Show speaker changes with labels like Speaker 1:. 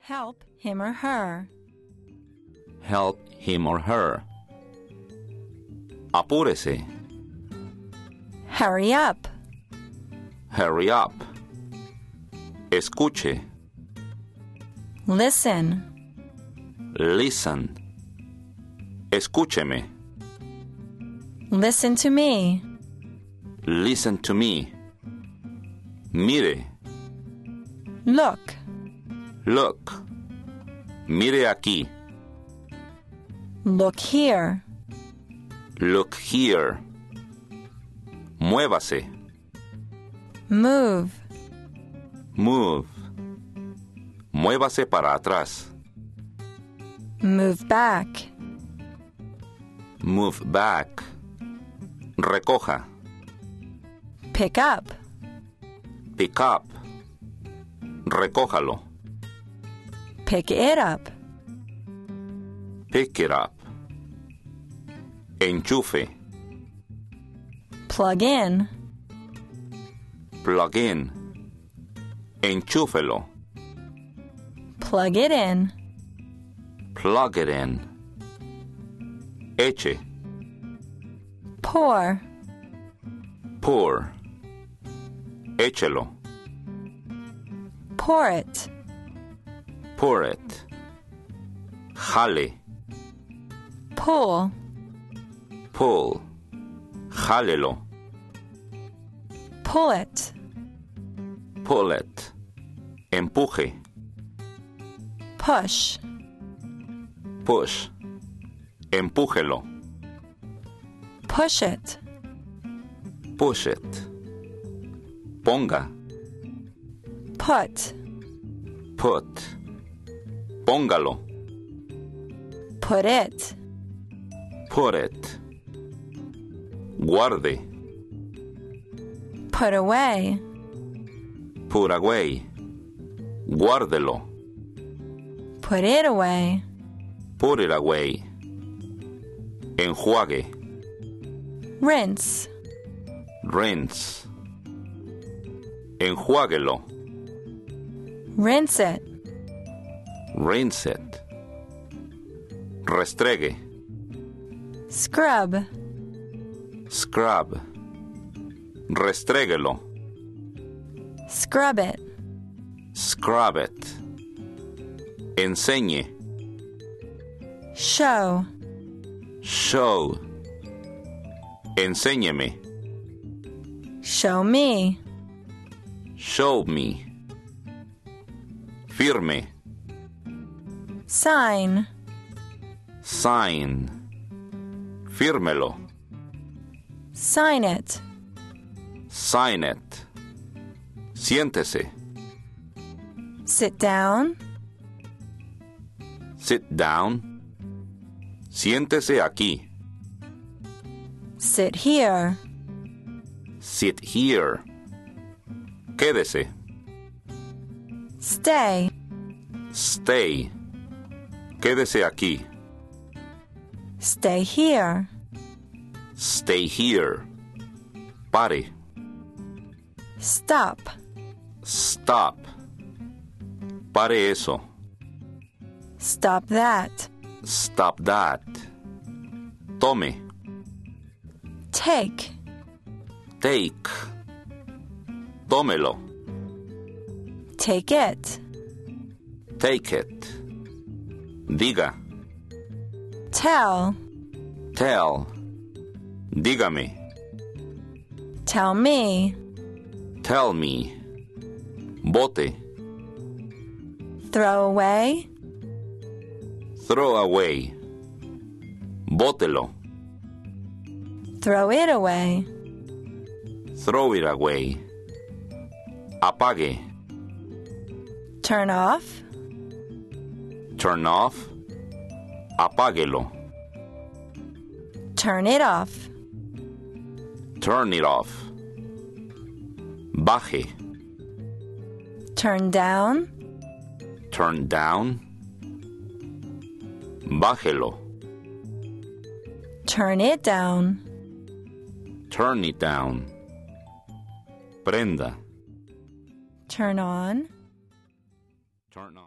Speaker 1: Help him or her.
Speaker 2: Help him or her. Apúrese.
Speaker 1: Hurry up.
Speaker 2: Hurry up. Escuche.
Speaker 1: Listen.
Speaker 2: Listen. Escúcheme.
Speaker 1: Listen to me.
Speaker 2: Listen to me. Mire.
Speaker 1: Look.
Speaker 2: Look. Mire aquí.
Speaker 1: Look here.
Speaker 2: Look here. Muévase.
Speaker 1: Move.
Speaker 2: Move. Muévase para atrás.
Speaker 1: Move back.
Speaker 2: Move back. Recoja.
Speaker 1: Pick up.
Speaker 2: Pick up. Recójalo.
Speaker 1: Pick it up.
Speaker 2: Pick it up. Enchufe.
Speaker 1: Plug in.
Speaker 2: Plug in. Enchúfelo.
Speaker 1: Plug it in.
Speaker 2: Plug it in. Eche.
Speaker 1: Pour.
Speaker 2: Pour. Échelo.
Speaker 1: Pour it.
Speaker 2: Pour it. Jale.
Speaker 1: Pull.
Speaker 2: Pull. Jálelo.
Speaker 1: Pull it.
Speaker 2: Pull it. Empuje.
Speaker 1: Push.
Speaker 2: Push. Empújelo.
Speaker 1: Push it.
Speaker 2: Push it. Ponga.
Speaker 1: Put.
Speaker 2: Put. Póngalo.
Speaker 1: Put it.
Speaker 2: Put it. Guarde.
Speaker 1: Put away.
Speaker 2: Put away. Guárdelo.
Speaker 1: Put it away.
Speaker 2: Put it away. Enjuague.
Speaker 1: Rinse.
Speaker 2: Rinse. Enjuáguelo.
Speaker 1: Rinse it.
Speaker 2: Rinse it. Restregue.
Speaker 1: Scrub.
Speaker 2: Scrub. Restréguelo.
Speaker 1: Scrub it.
Speaker 2: Scrub it. Enseñe.
Speaker 1: Show.
Speaker 2: Show. Enséñeme.
Speaker 1: Show me.
Speaker 2: Show me. Firme.
Speaker 1: Sign.
Speaker 2: Sign. Fírmelo.
Speaker 1: Sign it.
Speaker 2: Sign it. Siéntese.
Speaker 1: Sit down.
Speaker 2: Sit down. Siéntese aquí.
Speaker 1: Sit here.
Speaker 2: Sit here. Quédese.
Speaker 1: Stay.
Speaker 2: Stay. Quédese aquí.
Speaker 1: Stay here.
Speaker 2: Stay here. Pare.
Speaker 1: Stop.
Speaker 2: Stop. Pare eso.
Speaker 1: Stop that.
Speaker 2: Stop that. Tome.
Speaker 1: Take.
Speaker 2: Take. Tómelo.
Speaker 1: Take it.
Speaker 2: Take it. Diga.
Speaker 1: Tell.
Speaker 2: Tell. Dígame.
Speaker 1: Tell me.
Speaker 2: Tell me. Bote.
Speaker 1: Throw away.
Speaker 2: Throw away. Bótelo.
Speaker 1: Throw it away.
Speaker 2: Throw it away. Apague.
Speaker 1: Turn off.
Speaker 2: Turn off. Apáguelo.
Speaker 1: Turn it off.
Speaker 2: Turn it off. Baje.
Speaker 1: Turn down.
Speaker 2: Turn down. Bájelo.
Speaker 1: Turn it down.
Speaker 2: Turn it down. Prenda.
Speaker 1: Turn on.
Speaker 2: Turn on.